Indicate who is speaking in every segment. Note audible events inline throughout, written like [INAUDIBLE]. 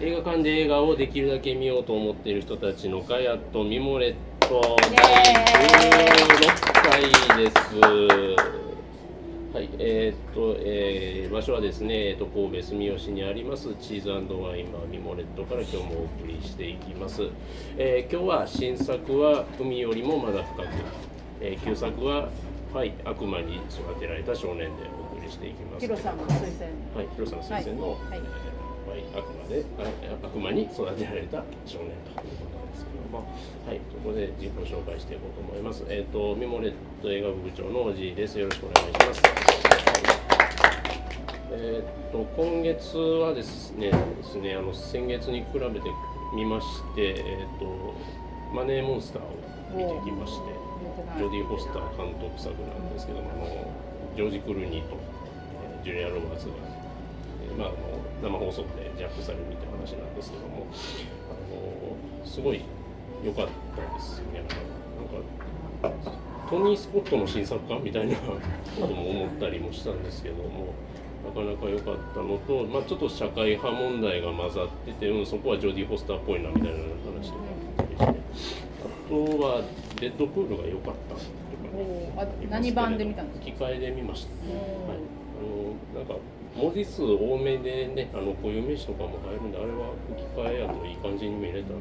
Speaker 1: 映画館で映画をできるだけ見ようと思っている人たちのカヤとミモレット
Speaker 2: イエーイ
Speaker 1: 第16回です。はい、えーっと、えー場所はですね、えーっと神戸住吉にありますチーズワインバーミモレットから今日もお送りしていきます。えー今日は新作は海よりもまだ深く、えー旧作ははい悪魔に育てられた少年でお送りしていきま
Speaker 2: ヒ
Speaker 1: す。
Speaker 2: ロさんの推薦
Speaker 1: はい、広さん推薦の、
Speaker 2: はい
Speaker 1: えーはい悪魔であ悪魔に育てられた少年ということなんですけども、はい、ここで自己紹介していこうと思います。えっ、とミモレット映画部部長のおじいです。よろしくお願いします。はいえっ、と今月はですねですねあの先月に比べて見ましてえっ、とマネーモンスターを見てきまして。
Speaker 2: 見てない
Speaker 1: ジョディ・フォスター監督作なんですけども、あのジョージ・クルーニーとえージュリア・ロバーツが、えーまあ、あの生放送でジャックされるって話なんですけども、あのすごい良かったですね。なんかトニー・スコットの新作かみたいなことも思ったりもしたんですけども。なかなか良かったのと、まあ、ちょっと社会派問題が混ざってて、うん、そこはジョディ・フォスターっぽいなみたいな話とかあったりして、あとはデッドプールが良かったとかね
Speaker 2: おーあ何版で見たんですか
Speaker 1: 吹き替えで見ました、
Speaker 2: おー
Speaker 1: はい、あのなんか文字数多めでねあの固有名詞とかも入るんであれは吹き替えやといい感じに見れたなと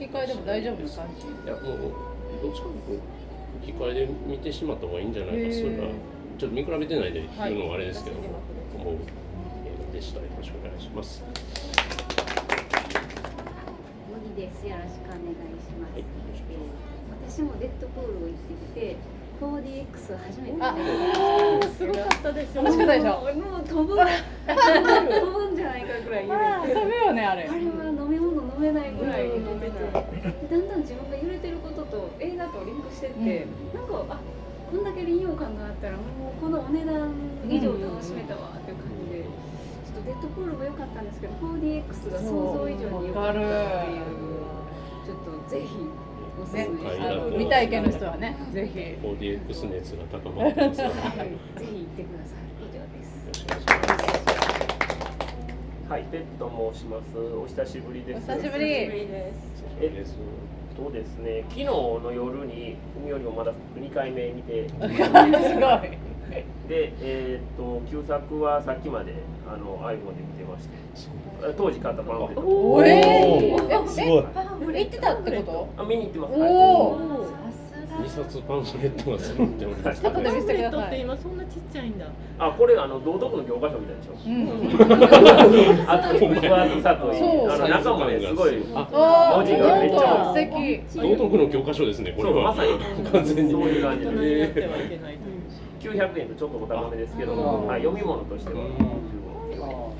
Speaker 1: 思って
Speaker 2: 吹き替えでも大丈夫な感じ
Speaker 1: いやもうどっちかというと吹き替えで見てしまった方がいいんじゃな
Speaker 2: へ
Speaker 1: いか
Speaker 2: ー
Speaker 1: それはちょっと見比べてないで
Speaker 2: はい
Speaker 1: 言うのはあれですけども、
Speaker 2: はい
Speaker 1: 思う映画でしたよろしくお願いし
Speaker 3: [LAUGHS]
Speaker 1: ます
Speaker 4: 麦です。よろしくお願いします。
Speaker 1: はいよろしく
Speaker 4: えー私もデッドプールを行ってきて、4DX を初めて見た
Speaker 2: あ
Speaker 4: んですけど。
Speaker 2: すごかったです
Speaker 4: もう
Speaker 2: 楽しかったでしょ
Speaker 4: もう飛ぶ飛ぶんじゃないかぐらい揺れて、
Speaker 2: [LAUGHS] あ
Speaker 4: あ
Speaker 2: ー飛ぶよねあれ
Speaker 4: れは飲み物飲めないぐらい揺れ
Speaker 2: うん
Speaker 4: ててだんだん自分が揺れてることと映画とリンクしてって、なんかあこんだけ臨用感があったらもうこのお値段以上楽しめたわっていう感じで、ちょっとデッドプールも良かったんですけど 4DX が想像以上に良かったっていうちょっとぜひおすすめ
Speaker 2: ね
Speaker 4: し
Speaker 1: は
Speaker 4: て、
Speaker 1: い
Speaker 2: あの未体験の人はねぜひ
Speaker 1: 4DX 熱が高まってますがよ
Speaker 4: はいぜひ行ってください以上です
Speaker 1: ろしくお願いします
Speaker 3: はい、ペットと申します。お久しぶりです。
Speaker 2: お久しぶり
Speaker 1: お願いします
Speaker 3: そうですね。昨日の夜に海よりもまだ2回目見て、
Speaker 2: [LAUGHS] すごい
Speaker 3: で、えーっと旧作はさっきまであの iPhone で見てまして、あ当時買ったパンフレット。
Speaker 2: おーえー
Speaker 5: すごい。
Speaker 2: 行ってたってこと
Speaker 3: あ見に行ってます。
Speaker 2: おー
Speaker 3: はい
Speaker 1: 2冊パンフレットが揃っております、
Speaker 2: 後で見せてく
Speaker 6: パンフレッ
Speaker 2: だ
Speaker 6: トっ
Speaker 2: さ
Speaker 6: て
Speaker 2: い
Speaker 6: 今そんなちっちゃいんだ。
Speaker 3: あ、これあの道徳の教科書みたいでしょ。
Speaker 2: うん
Speaker 3: あと分厚さといい、
Speaker 2: そう
Speaker 3: あの中もねすごい。
Speaker 1: あ
Speaker 2: あ
Speaker 3: 文字がめっちゃ
Speaker 2: 本当素敵
Speaker 1: 道徳の教科書ですねこ
Speaker 3: そ
Speaker 1: れ
Speaker 3: う
Speaker 1: は
Speaker 3: まさに
Speaker 1: 完全に
Speaker 3: そういう
Speaker 6: 大
Speaker 3: 感じ
Speaker 6: 人
Speaker 3: で
Speaker 6: に
Speaker 3: す。
Speaker 6: なってはいけないという。
Speaker 3: 900円とちょっとお高めですけど
Speaker 2: う
Speaker 3: も、
Speaker 2: ん
Speaker 3: はい、読み物としては
Speaker 1: うん
Speaker 3: 15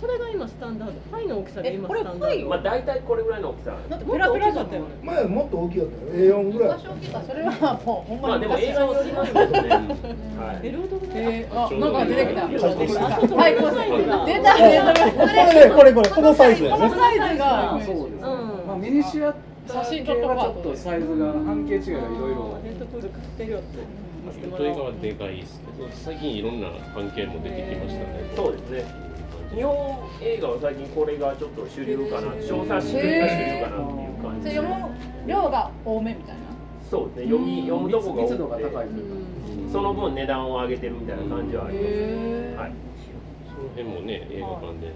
Speaker 6: それが今スタンダード。パイの大きさで
Speaker 2: え
Speaker 6: 今
Speaker 2: これ
Speaker 6: スタンダード。
Speaker 3: まあ大体これぐらいの大きさ
Speaker 2: だってペラペラだったよね
Speaker 5: 前もっと大きかったよ。A4 ぐらい。
Speaker 2: それはもうほん
Speaker 3: ま
Speaker 2: ま
Speaker 3: あ
Speaker 2: に
Speaker 3: でも
Speaker 2: 昔
Speaker 3: 映
Speaker 2: の
Speaker 3: 画をしますけどねはい
Speaker 6: ベロードみたいな。
Speaker 2: えー、あ、なんか出てきた。
Speaker 5: ちょっと
Speaker 2: あそうそうはい、こう出た
Speaker 5: こ
Speaker 2: 出た。
Speaker 5: れね、これこれこのサイズや
Speaker 2: この
Speaker 5: ね。
Speaker 2: サイズが。
Speaker 7: そうですね、
Speaker 6: うん
Speaker 7: まあ、ミニシアター系はちょっとサイズが半径違いがいろいろ
Speaker 6: ネットプール買ってよって。
Speaker 1: ネット映画はでかいですけど最近いろんな関係も出てきましたね
Speaker 3: そうですね日本映画は最近これがちょっと主流かな小冊子が主流かなっていう感じ
Speaker 2: じ
Speaker 3: で
Speaker 2: ゃあ読む量が多めみたい
Speaker 3: そうですね読み読むとこが
Speaker 7: 密度
Speaker 3: 多
Speaker 7: が
Speaker 3: くて
Speaker 7: 高いというか、
Speaker 3: その分値段を上げてるみたいな感じはあ
Speaker 2: な。
Speaker 3: ります
Speaker 2: へ
Speaker 3: はい
Speaker 1: その辺もね映画館で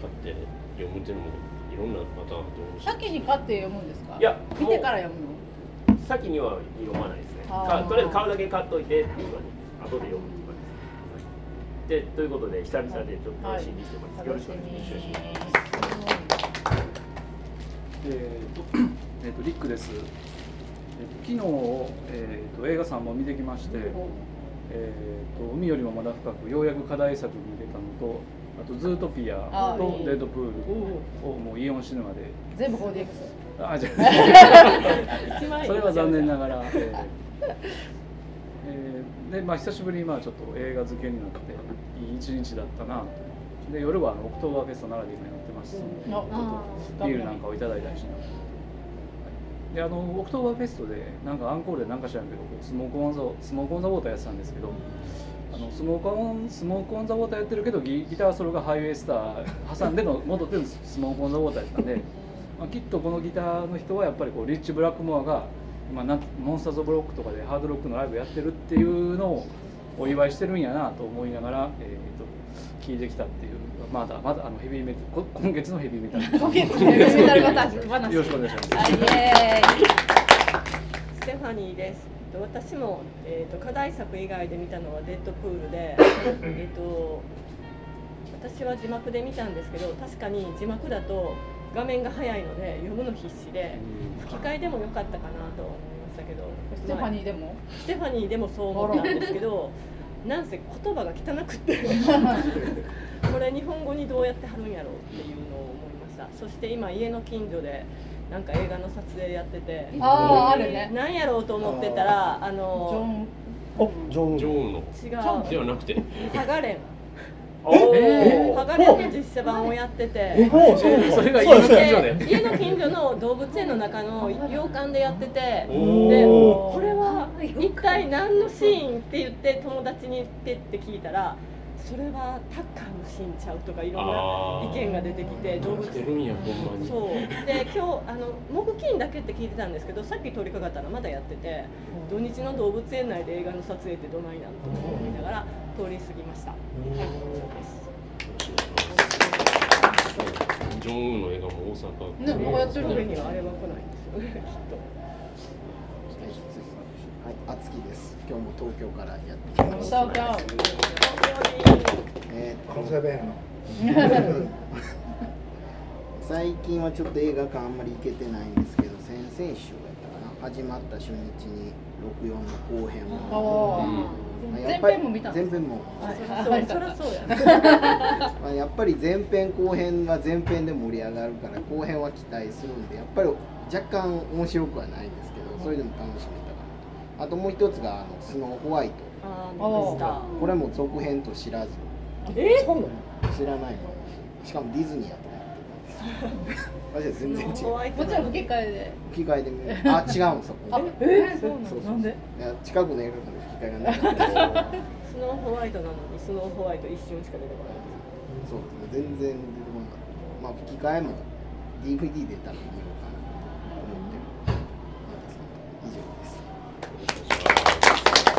Speaker 1: 買って読むっていうのもいろんなパターンと面白い
Speaker 2: 先に買って読むんですか。
Speaker 3: いや
Speaker 2: 見てから
Speaker 3: も
Speaker 2: 読むの。
Speaker 3: う先には読まないですね
Speaker 2: あー
Speaker 3: かとりあえず買うだけ買っといてっていう感じ後で読むっていう感じですはいでということで久々でちょっと楽しみにしてます、よろしくお願いします
Speaker 7: えーとえーとリックです、えーと昨日、えーと映画さんも見てきまして、えーと海よりもまだ深くようやく課題作に出たのとあとズートピア
Speaker 2: あー
Speaker 7: と
Speaker 2: いい
Speaker 7: デッドプールをもうイオンシネマで
Speaker 2: 全部 4DX。
Speaker 7: あじゃ
Speaker 6: 一枚
Speaker 7: それは残念な
Speaker 6: [LAUGHS]
Speaker 7: がら、えーえーでまあ久しぶりにまあちょっと映画漬けになっていい一日だったなとで夜はあのオクトーバーフェストならではになってますので
Speaker 2: あ
Speaker 7: ビールなんかをいただいたりしながらはいであのオクトーバーフェストでなんかアンコールでなんか知らんけどスモークオンザスモークオンザウォーターやってたんですけどあのスモークオンスモークオンザウォーターやってるけどギギターソロがハイウェイスター挟んでの戻ってのスモークオンザウォーターやったんで、まあ、きっとこのギターの人はやっぱりこうリッチ・ブラックモアが今なんモンスターズ・オブ・ロックとかでハードロックのライブやってるっていうのをお祝いしてるんやなと思いながら、えー、と聞いてきたっていうまだまだあのヘビーメタルこ今月のヘビーメタル
Speaker 2: 今月のヘビーメタル話
Speaker 7: よろしくお願いします。
Speaker 2: はい、イエーイ。
Speaker 6: ステファニーです。えっと私も、えっと課題作以外で見たのはデッドプールで、えっと私は字幕で見たんですけど、確かに字幕だと画面が早いので読むの必死で吹き替えでも良かったかなと思いましたけど、
Speaker 2: ステファ
Speaker 6: ま
Speaker 2: ニーでも。
Speaker 6: あステファニーでもそう思ったんですけ
Speaker 2: [LAUGHS]
Speaker 6: ど、なんせ言葉が汚くて、これ日本語にどうやって貼るんやろうっていうのを思いました。そして今家の近所でなんか映画の撮影やってて。
Speaker 2: ああ、あるね。
Speaker 6: なんやろうと思ってたら、あの
Speaker 5: お、ジョン
Speaker 1: ジョーンの
Speaker 6: 違う、
Speaker 1: ではなくて、
Speaker 6: ハガレ
Speaker 3: お
Speaker 7: え
Speaker 6: ン、ハガレンの実写版をやってて、
Speaker 5: お、そう
Speaker 7: それがいい
Speaker 5: そうです
Speaker 6: で家の近所の動物園の中の洋館でやってて、
Speaker 1: お
Speaker 6: で
Speaker 1: お
Speaker 6: これは一体何のシーンって言って友達に言ってって聞いたら、それはタッカーのシーンちゃうとかいろんな
Speaker 1: あ
Speaker 6: 意見が出てきて、動物
Speaker 1: してるんやほんまに
Speaker 6: そうで今日あのモグキーンだけって聞いてたんですけどさっき通りかかったらまだやってて土日の動物園内で映画の撮影ってどないなんと思いながら通り過ぎました、はい、
Speaker 1: ジョーンの映画も大阪
Speaker 2: ねこうやってる
Speaker 6: 神戸にはあれは来ないんですよねきっと
Speaker 8: はい、あつきです。今日も東京からやってき
Speaker 2: ジョ
Speaker 8: ま
Speaker 2: ン。
Speaker 8: し
Speaker 2: シャ
Speaker 8: た
Speaker 2: ウ。トアウト。
Speaker 8: えー
Speaker 5: 関西弁やな。
Speaker 8: [LAUGHS] 最近はちょっと映画館あんまり行けてないんですけど、先々週やったかな。始まった初日に六四の後編
Speaker 2: お
Speaker 8: を。
Speaker 2: おー。
Speaker 8: まあや
Speaker 2: 前
Speaker 8: っぱり
Speaker 2: 編も見たんです
Speaker 8: 前編も。
Speaker 2: はい
Speaker 6: そりゃそうやね
Speaker 8: まあやっぱり前編後編は前編で盛り上がるから後編は期待するんでやっぱり若干面白くはないんですけどそれでも楽しめたかなあともう一つがあのスノーホワイト
Speaker 6: あー見ました
Speaker 8: これはもう続編と知らず
Speaker 6: え
Speaker 8: 知らないしかもディズニーやと思
Speaker 2: [LAUGHS]
Speaker 8: ってる私は全然違う
Speaker 2: もちろん吹き替えで。
Speaker 8: 吹き替えで見るあ違うんそ
Speaker 2: あ
Speaker 8: こ、
Speaker 2: えー、そう
Speaker 8: そうそう
Speaker 2: なんで？
Speaker 8: いや近くの映画館の吹き替えがなかったけど
Speaker 6: スノーホワイトなのにスノーホワイト一瞬しか出てこない
Speaker 8: そうですね全然出てこなかったまあ吹き替えも DVD 出たら見ようかなと思っ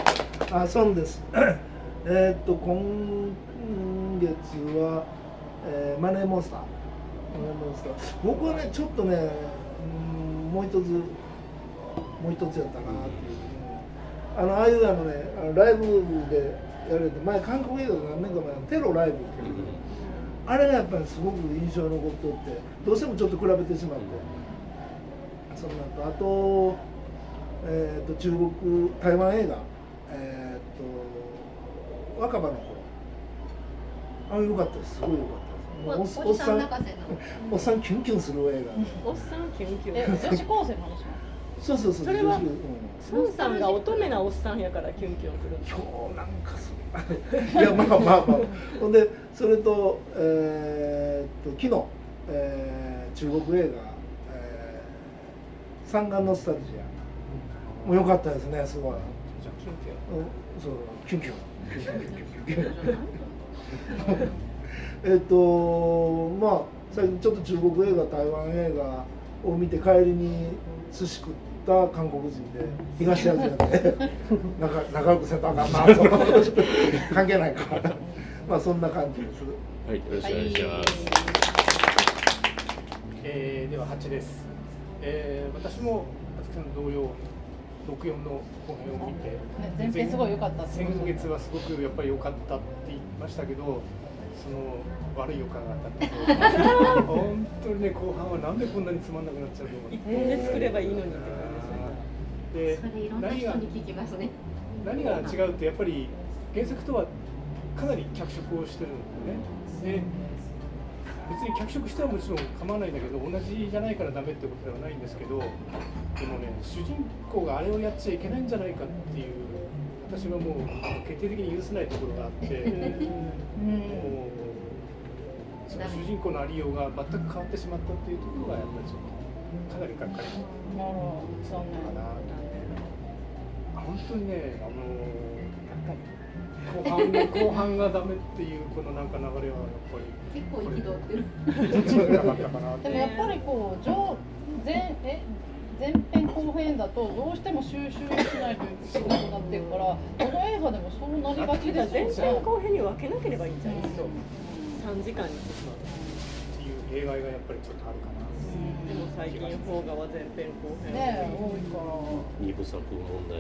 Speaker 8: てる以上です
Speaker 5: あそうです。 [COUGHS] えーっと今月は、えーマネーモンスター。マネーモンスター。僕はねちょっとね、うんもう一つもう一つやったなっていう。あのああいうあのねあのライブでやるって前韓国映画で何年か前のテロライブっていうのあれがやっぱりすごく印象に残っとってどうしてもちょっと比べてしまって。その後あと,、えー、と中国台湾映画、えー、と若葉の子あれ良かったですすごい良かったですもうおっおっさんおっさんキュンキュンする映
Speaker 6: おっさんキュンキ
Speaker 2: え
Speaker 6: ュン
Speaker 2: 女子高生の話なの。
Speaker 5: 画そうそうそう
Speaker 6: それは
Speaker 5: 女子うん
Speaker 6: ソンさんが乙女なおっさんやからキュンキュンする
Speaker 5: 今日なんかすごいいやまあまあまあほんでそれとえー、っと昨日、えー、中国映画「えー、三眼ノスタルジア」もう良かったですねすごい。
Speaker 6: キュンキュン
Speaker 5: うんそう、キュンキュン。キュンキュンキュンキュン [LAUGHS] えっと、まあ、最近ちょっと中国映画、台湾映画を見て、帰りに寿司食った韓国人 [LAUGHS] で。東アジアで、なんか仲良くせたらあかんなと思って、関係ないから。まあ、そんな感じです。
Speaker 1: はいよろしくお願いします、
Speaker 9: えーでは8です、えー私も敦木さん同様64の後編を見て
Speaker 2: ね前編すごい良かったって
Speaker 9: 先月はすごくやっぱり良かったって言いましたけどその悪い予感があったので本当にね後半はなんでこんなにつまんなくなっちゃうの
Speaker 6: 一本で作ればいいのにって感
Speaker 9: じです
Speaker 10: それいろんな人に聞きますね。
Speaker 9: 何が違うってやっぱり原作とはかなり脚色をしてるんだよねで別に脚色してはもちろん構わないんだけど同じじゃないからダメってことではないんですけどでもね主人公があれをやっちゃいけないんじゃないかっていう私はもう決定的に許せないところがあ
Speaker 2: [LAUGHS]
Speaker 9: って
Speaker 6: じ。うん
Speaker 2: うん。
Speaker 9: もうその主人公のありようが全く変わってしまったっていうところがやっぱりちょっとかなりがっかりした。
Speaker 2: なるほど。そんな
Speaker 9: かな。本当にね、あの後半の後半がダメっていうこのなんか流れはやっぱり
Speaker 10: 結構憤ってる。
Speaker 9: どっちがなかったかなっ
Speaker 2: で
Speaker 9: て
Speaker 2: もやっぱりこう上前え前編後編だとどうしても収集しないといけなくなってるからこの映画でもそうなりがち
Speaker 6: じゃあ
Speaker 2: です
Speaker 6: 前
Speaker 2: よ
Speaker 6: 編
Speaker 2: ね。
Speaker 6: 後編に分けなければいいんじゃないですか3時間にしてしまう
Speaker 9: っていう弊害がやっぱりちょっとあるかな
Speaker 6: でも最近邦画は前編後編
Speaker 2: ねえ多いか
Speaker 1: 二部作問題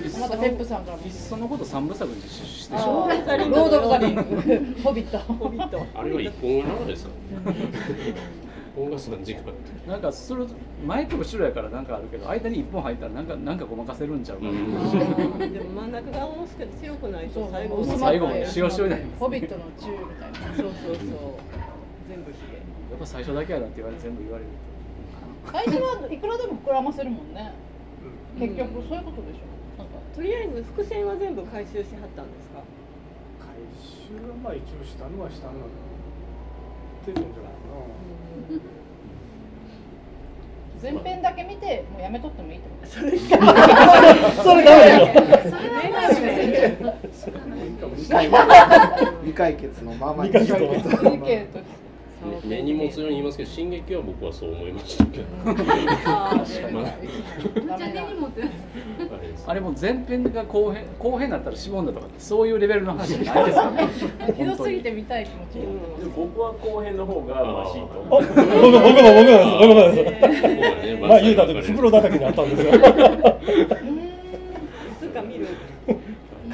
Speaker 1: が
Speaker 2: ら。またペップさんからも
Speaker 7: いっそのこと三部作にし
Speaker 2: あ
Speaker 7: てしまう
Speaker 2: ーロード・オブ・ザ・リング、ホビット。
Speaker 6: ホビット
Speaker 1: またあれは一本が長ですからね一本が3時間って
Speaker 7: なんかそれ前と後ろやからなんかあるけど間に一本入ったらなんかなんかごまかせるんちゃうかな、
Speaker 1: う
Speaker 6: あ
Speaker 1: ん
Speaker 6: ーでも真ん中が面白くて強くないと最後
Speaker 7: そう
Speaker 6: そう
Speaker 7: 最後までしわしわになります
Speaker 2: ホビットの宙みたいな。
Speaker 6: そうそう全部ひげ
Speaker 7: やっぱ最初だけやなって言われ全部言われる
Speaker 2: 最初はいくらでも膨らませるもんね。
Speaker 9: う
Speaker 2: 結局そういうことでしょ。なんか
Speaker 6: とりあえず伏線は全部回収しはったんですか
Speaker 9: 回収はまあ一応したのはしたの出てるんじゃないかな
Speaker 2: 前編だけ見てもうやめとってもいいってこと
Speaker 6: それ
Speaker 10: [LAUGHS]
Speaker 6: か
Speaker 2: それダメよ。
Speaker 10: それはまあ
Speaker 2: [LAUGHS]
Speaker 10: ね
Speaker 8: [LAUGHS] 未解決未解決のままに
Speaker 2: 意見として
Speaker 1: 根に持つように言いますけど進撃は僕はそう思いましたけど
Speaker 6: あー
Speaker 1: ま
Speaker 10: む
Speaker 1: あ
Speaker 10: っちゃ根に持ってます。
Speaker 1: あれです
Speaker 7: あれもう前編が後編後編だったらしぼんだとかそういうレベルの話じゃな
Speaker 2: [LAUGHS]
Speaker 7: いですからね
Speaker 2: ひどすぎて見たい気持ち。
Speaker 3: で僕は後編の方がマシと
Speaker 1: あ
Speaker 3: 思
Speaker 11: 僕
Speaker 3: う
Speaker 11: も僕も僕も僕も僕も
Speaker 1: えー
Speaker 11: まあ言うたと袋だらけにあったんですが
Speaker 6: いつか見る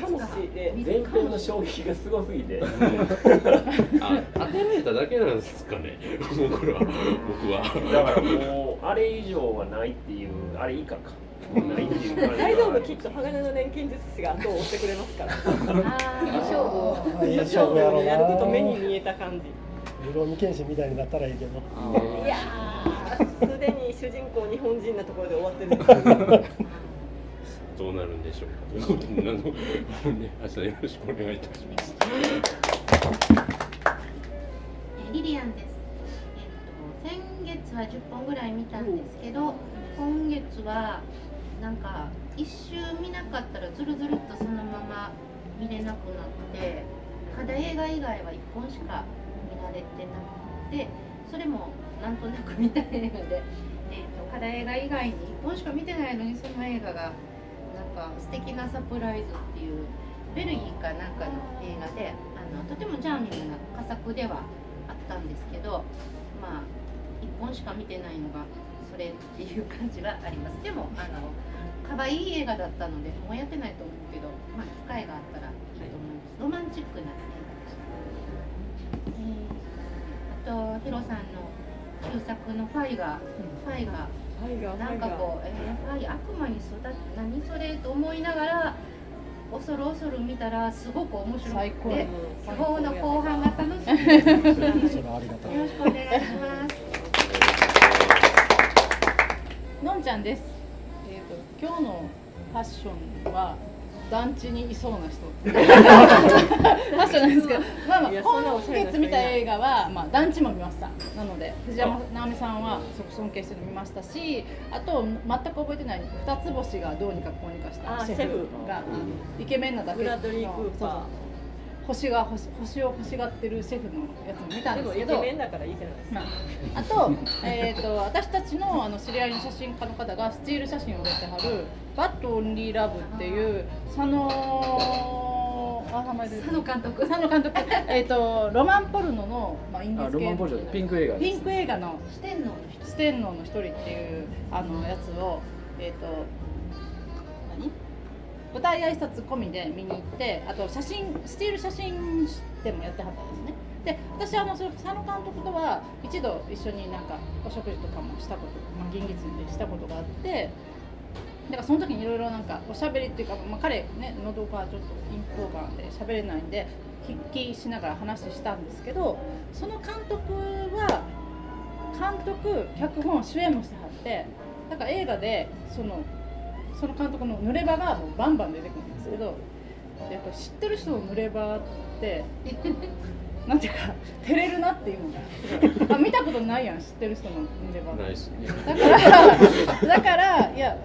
Speaker 6: かもしれない
Speaker 3: 前編の衝撃がすごすぎて
Speaker 1: あ当てられただけなんですかね僕ら僕は
Speaker 3: だからもうあれ以上はないっていうあれ以下かないっていう感じが
Speaker 6: 大丈夫きっと鋼の錬金術師が後を追ってくれますから
Speaker 10: ああ、いい勝負を。
Speaker 11: いい
Speaker 6: 優
Speaker 11: 勝
Speaker 6: 勝
Speaker 11: 負やろう
Speaker 6: で
Speaker 11: な
Speaker 6: やること目に見えた感じ
Speaker 11: 室見剣士みたいになったらいいけど
Speaker 6: いやーすでに主人公日本人なところで終わってるんですけど
Speaker 1: どう [LAUGHS] なるんでしょうかということであのね明日よろしくお願いいたします
Speaker 10: えーリリアンです。えっと先月は10本ぐらい見たんですけど、今月はなんか一周見なかったらずるずるっとそのまま見れなくなって、ただ映画以外は1本しか見られてなくて、それもなんとなく見た映画で、 [LAUGHS] えっとただ映画以外に1本しか見てないのにその映画がなんか素敵なサプライズっていう。ベルギーかなんかの映画であのとてもジャーニーな佳作ではあったんですけどまあ一本しか見てないのがそれっていう感じがありますでもあの可愛い映画だったのでもうやってないと思うけど、まあ、機会があったらいいと思いますロマンチックな映画でした、えーあとヒロさんの旧作の「ファイが」ファイが
Speaker 6: 愛が
Speaker 10: なんかこう、えー、ファイ悪魔に育て何それと思いながら恐る恐る見たらすごく面白
Speaker 2: 最
Speaker 10: く
Speaker 2: 高や
Speaker 10: て
Speaker 2: な
Speaker 10: 今日の後半が楽しみです。
Speaker 11: それはありがたい
Speaker 10: よろしくお願いします。
Speaker 2: のんちゃんです。えっ、と今日のファッションは団地にいそうな人。ファッションなんですけど、まあま
Speaker 6: [LAUGHS]
Speaker 2: あ
Speaker 6: いやそんなおしゃれ
Speaker 2: 今
Speaker 6: な
Speaker 2: 月
Speaker 6: 人い
Speaker 2: 見
Speaker 6: ない
Speaker 2: た映画はまあ団地も見ました。なので藤山直美さんはすごく尊敬してるの見ましたし、あと全く覚えてない二つ星がどうにかこうにかし
Speaker 6: あ
Speaker 2: た
Speaker 6: シ
Speaker 2: シ
Speaker 6: ェ
Speaker 2: ェ
Speaker 6: フ
Speaker 2: フがイケメンなだけ
Speaker 6: ブラッドリー・
Speaker 2: の
Speaker 6: クー
Speaker 2: そうそう
Speaker 6: パ
Speaker 2: 星が星星を欲しがってるシェフのやつも見た
Speaker 6: ー
Speaker 2: ん
Speaker 6: で
Speaker 2: で
Speaker 6: も
Speaker 2: す
Speaker 6: イ
Speaker 2: け
Speaker 6: ケ
Speaker 2: ど。
Speaker 6: メンだからいいじゃないですか
Speaker 2: まあ、あと,、えー、と私たちのあの知り合いの写真家の方がスチール写真を出てはる「バットオンリーラブっていう佐野あ名前出て
Speaker 10: 佐野監督。
Speaker 2: 佐野監督、えー、とロマンポルノの、まあ、インディ
Speaker 7: あ
Speaker 2: ーズ
Speaker 7: ロ
Speaker 2: 系
Speaker 7: マンポルノピンク映画です
Speaker 2: ピンク映画の
Speaker 10: 四天王の
Speaker 2: 「四天王の一人」っていうあのやつを、えー、と何舞台挨拶込みで見に行ってあと写真スチール写真でもやってはったんですねで私あのそれ佐野監督とは一度一緒になんかお食事とかもしたこと、まあ、銀月でしたことがあってだからその時にいろいろなんかおしゃべりっていうか、まあ、彼ね喉がちょっとインフォーガンで喋れないんで筆記しながら話したんですけどその監督は監督脚本主演もしてはってなんか映画でそのその監督の濡れ場がもうバンバン出てくるんですけどやっぱ知ってる人の濡れ場って [LAUGHS] なんていうか照れるなっていうのがすごいあ見たことないやん知ってる人の濡れ場
Speaker 1: ナイスね
Speaker 2: だから、だから、いや、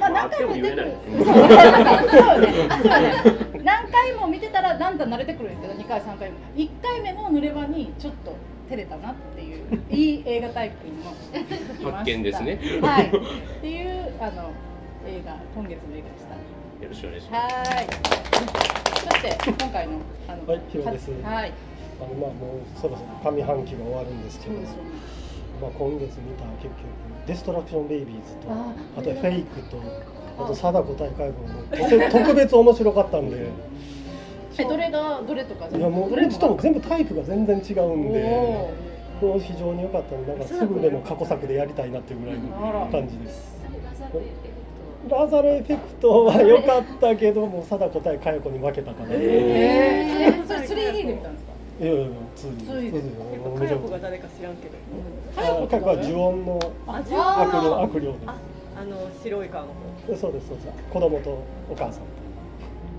Speaker 2: まあ、
Speaker 3: ま
Speaker 2: [LAUGHS]
Speaker 3: あ
Speaker 2: 何回も出てく
Speaker 3: あっ
Speaker 2: る
Speaker 3: て。
Speaker 2: そう、だからそうね、あ、そうね、何回も見てたらだんだん慣れてくるんやけど2回3回も1回目の濡れ場にちょっと照れたなっていういい映画タイプの
Speaker 1: 発見ですね
Speaker 2: はいっていうあの映画今月の映画でした
Speaker 1: よろしくお願いします。
Speaker 2: はーいそして今回のあの
Speaker 11: はいヒロです
Speaker 2: はい
Speaker 11: あのまあもうそろそろ上半期が終わるんですけ
Speaker 2: そ
Speaker 11: ど
Speaker 2: うですそうです
Speaker 11: まあ、今月見た結局「デストラクション・ベイビーズと」
Speaker 2: あ
Speaker 11: あと「フェイク」とあと「貞子大会合」も特特別面白かったんで
Speaker 2: えどれがどれとか
Speaker 11: いやも
Speaker 2: ど
Speaker 11: うど
Speaker 2: れ
Speaker 11: れつとも全部タイプが全然違うん
Speaker 2: お
Speaker 11: でもう非常に良かったんでなんかすぐでも過去作でやりたいなっていうぐらい
Speaker 2: あら
Speaker 11: の感じです。
Speaker 4: ラザルエフェク
Speaker 11: ラザロエフェクトは良かったけどもう貞子対佳代子に負けたかな。
Speaker 2: ー
Speaker 11: え
Speaker 2: えー、それ 3D で見たんですか
Speaker 11: いやいやいや普通に
Speaker 2: 普通に
Speaker 11: 普通
Speaker 6: やっ
Speaker 11: に
Speaker 6: ぱ
Speaker 11: め
Speaker 6: 佳
Speaker 11: ち
Speaker 6: 代
Speaker 11: ゃく
Speaker 6: 子
Speaker 11: ちゃ
Speaker 6: が誰か知らんけど
Speaker 11: 佳代子は呪音の
Speaker 6: あ
Speaker 2: ー
Speaker 6: じゃあ
Speaker 11: 悪霊悪霊で
Speaker 6: ああの白い顔の方
Speaker 11: すそうですそうです子供とお母さん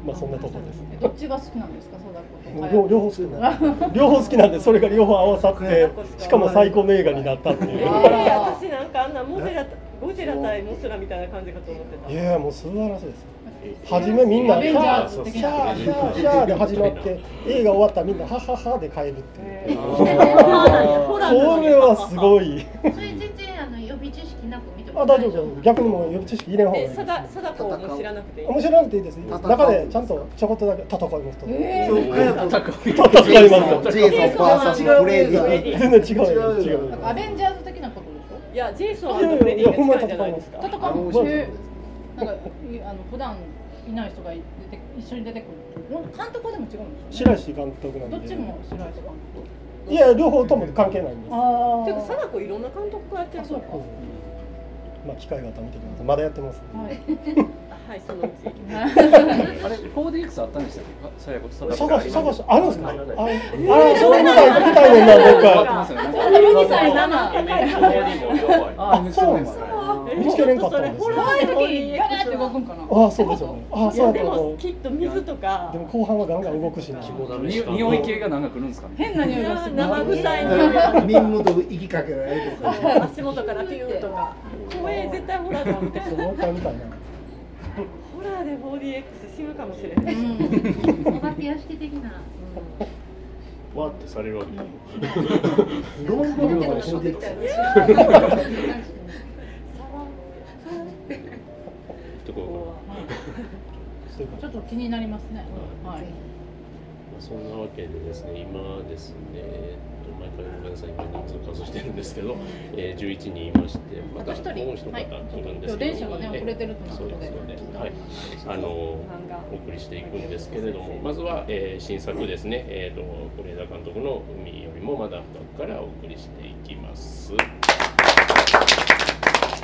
Speaker 11: まあそんなところです。
Speaker 2: どっちが好きなんですか貞子と
Speaker 11: 両両方好きなんで両方好きなんでそれが両方合わさってしかも最高名画になったってい
Speaker 6: え
Speaker 11: う
Speaker 2: あ
Speaker 6: ー、
Speaker 2: ら
Speaker 6: 私なんかあんなモゼラゴジラ対モスラみたいな感じかと思って
Speaker 11: い
Speaker 6: た
Speaker 11: やもう素晴らしいです [LAUGHS] 初めみん
Speaker 2: ア
Speaker 11: なキ
Speaker 2: ベ
Speaker 11: ャ
Speaker 2: ンジャ
Speaker 11: ー
Speaker 2: ーズ
Speaker 11: キャー
Speaker 2: 的
Speaker 11: キ
Speaker 2: な
Speaker 11: ャーキャーで始まって映画終わったらみんなハハハで帰るっていう
Speaker 6: ホ
Speaker 11: こ
Speaker 6: ラーなのに
Speaker 11: れはすごい
Speaker 10: [LAUGHS] それ全然あの予備知識なく見ても
Speaker 11: あ大丈夫大丈夫逆にもう予備知識入れん方がいい
Speaker 6: え貞貞子も知らなくていい
Speaker 11: 面白なくていいですいいです中でちゃんとちょこっとだけ戦いますと
Speaker 2: え
Speaker 5: そう
Speaker 2: ー
Speaker 5: かやと
Speaker 8: ジ
Speaker 11: 戦
Speaker 8: ェ
Speaker 11: い
Speaker 8: イソ
Speaker 11: ま
Speaker 8: ン
Speaker 11: す
Speaker 8: ジェイソン VS フレディ
Speaker 11: 全然違うよ違う
Speaker 2: アベンジャーズ的なことでしょ
Speaker 6: いやジェイソンフレディが近いんじゃないですか
Speaker 2: 戦う
Speaker 8: あの面
Speaker 2: の
Speaker 8: 白い
Speaker 2: え
Speaker 8: です
Speaker 2: ーなんかいあの普段いない人が出て一緒に出てくるもう監督でも違うんですよ
Speaker 11: 白
Speaker 2: ね
Speaker 11: 石監督な
Speaker 2: ど
Speaker 11: ん
Speaker 2: っち
Speaker 11: で
Speaker 2: も白石監
Speaker 11: いや両方とも関係ないんです
Speaker 2: 督あ
Speaker 6: てか貞子いろんな監督がやってるから
Speaker 2: あそう
Speaker 11: まあ機会があったら見てくださいまだやってます
Speaker 2: はい
Speaker 6: はいそのうち
Speaker 7: あれ 4DX あったんでしたっけさやことさだ
Speaker 11: 探し探しあるんですかあ
Speaker 3: あります
Speaker 11: ああそうみたいみたいねんな僕
Speaker 7: 変わって
Speaker 11: は
Speaker 7: ますよね
Speaker 2: そんな2歳な
Speaker 3: エメ
Speaker 2: の
Speaker 3: リカモディも両方あります
Speaker 7: ああそうなんです
Speaker 11: 見つけれんかったんです
Speaker 6: ホ
Speaker 11: よ
Speaker 6: ラ
Speaker 2: 怖い
Speaker 6: ー
Speaker 2: 時ガラって動くんかな
Speaker 11: ああそうですよねああ
Speaker 6: い
Speaker 11: そう
Speaker 6: や
Speaker 11: だ
Speaker 6: で
Speaker 11: と思
Speaker 6: も
Speaker 11: う
Speaker 6: きっと水とか
Speaker 11: でも後半はガンガン動くしな
Speaker 7: に匂い系がなんか来るんですかね
Speaker 2: 変な匂いがする
Speaker 6: 生臭いの
Speaker 5: 民元と息かけられる
Speaker 6: [LAUGHS]
Speaker 5: とか
Speaker 6: 足元からピューとか怖え絶対ホラーだみたいな
Speaker 11: もう一回見たいな
Speaker 6: ホラーで 4DX 死ぬかもしれない
Speaker 10: お化け屋敷的な
Speaker 1: わーってされるわけじゃない。 [LAUGHS]
Speaker 5: ロンドンの方で
Speaker 1: ところが
Speaker 11: そういうこ
Speaker 2: ちょっと気になりますねはい
Speaker 1: まあそんなわけでですね、今ですね、えっと毎回ごめんなさい、今人数数してるんですけど、えー、11人いまして、また
Speaker 2: あと一人
Speaker 1: もう一方来るんです
Speaker 2: は
Speaker 1: けど、
Speaker 2: い電車がね遅れてると
Speaker 1: え
Speaker 2: のこ
Speaker 1: ーそ
Speaker 2: と
Speaker 1: う
Speaker 2: で
Speaker 1: ですので、はい、あの
Speaker 6: 漫画
Speaker 1: お送りしていくんですけれども、まずは、えー新作ですね、えー、と是枝監督の「海よりもまだ深く」からお送りしていきます。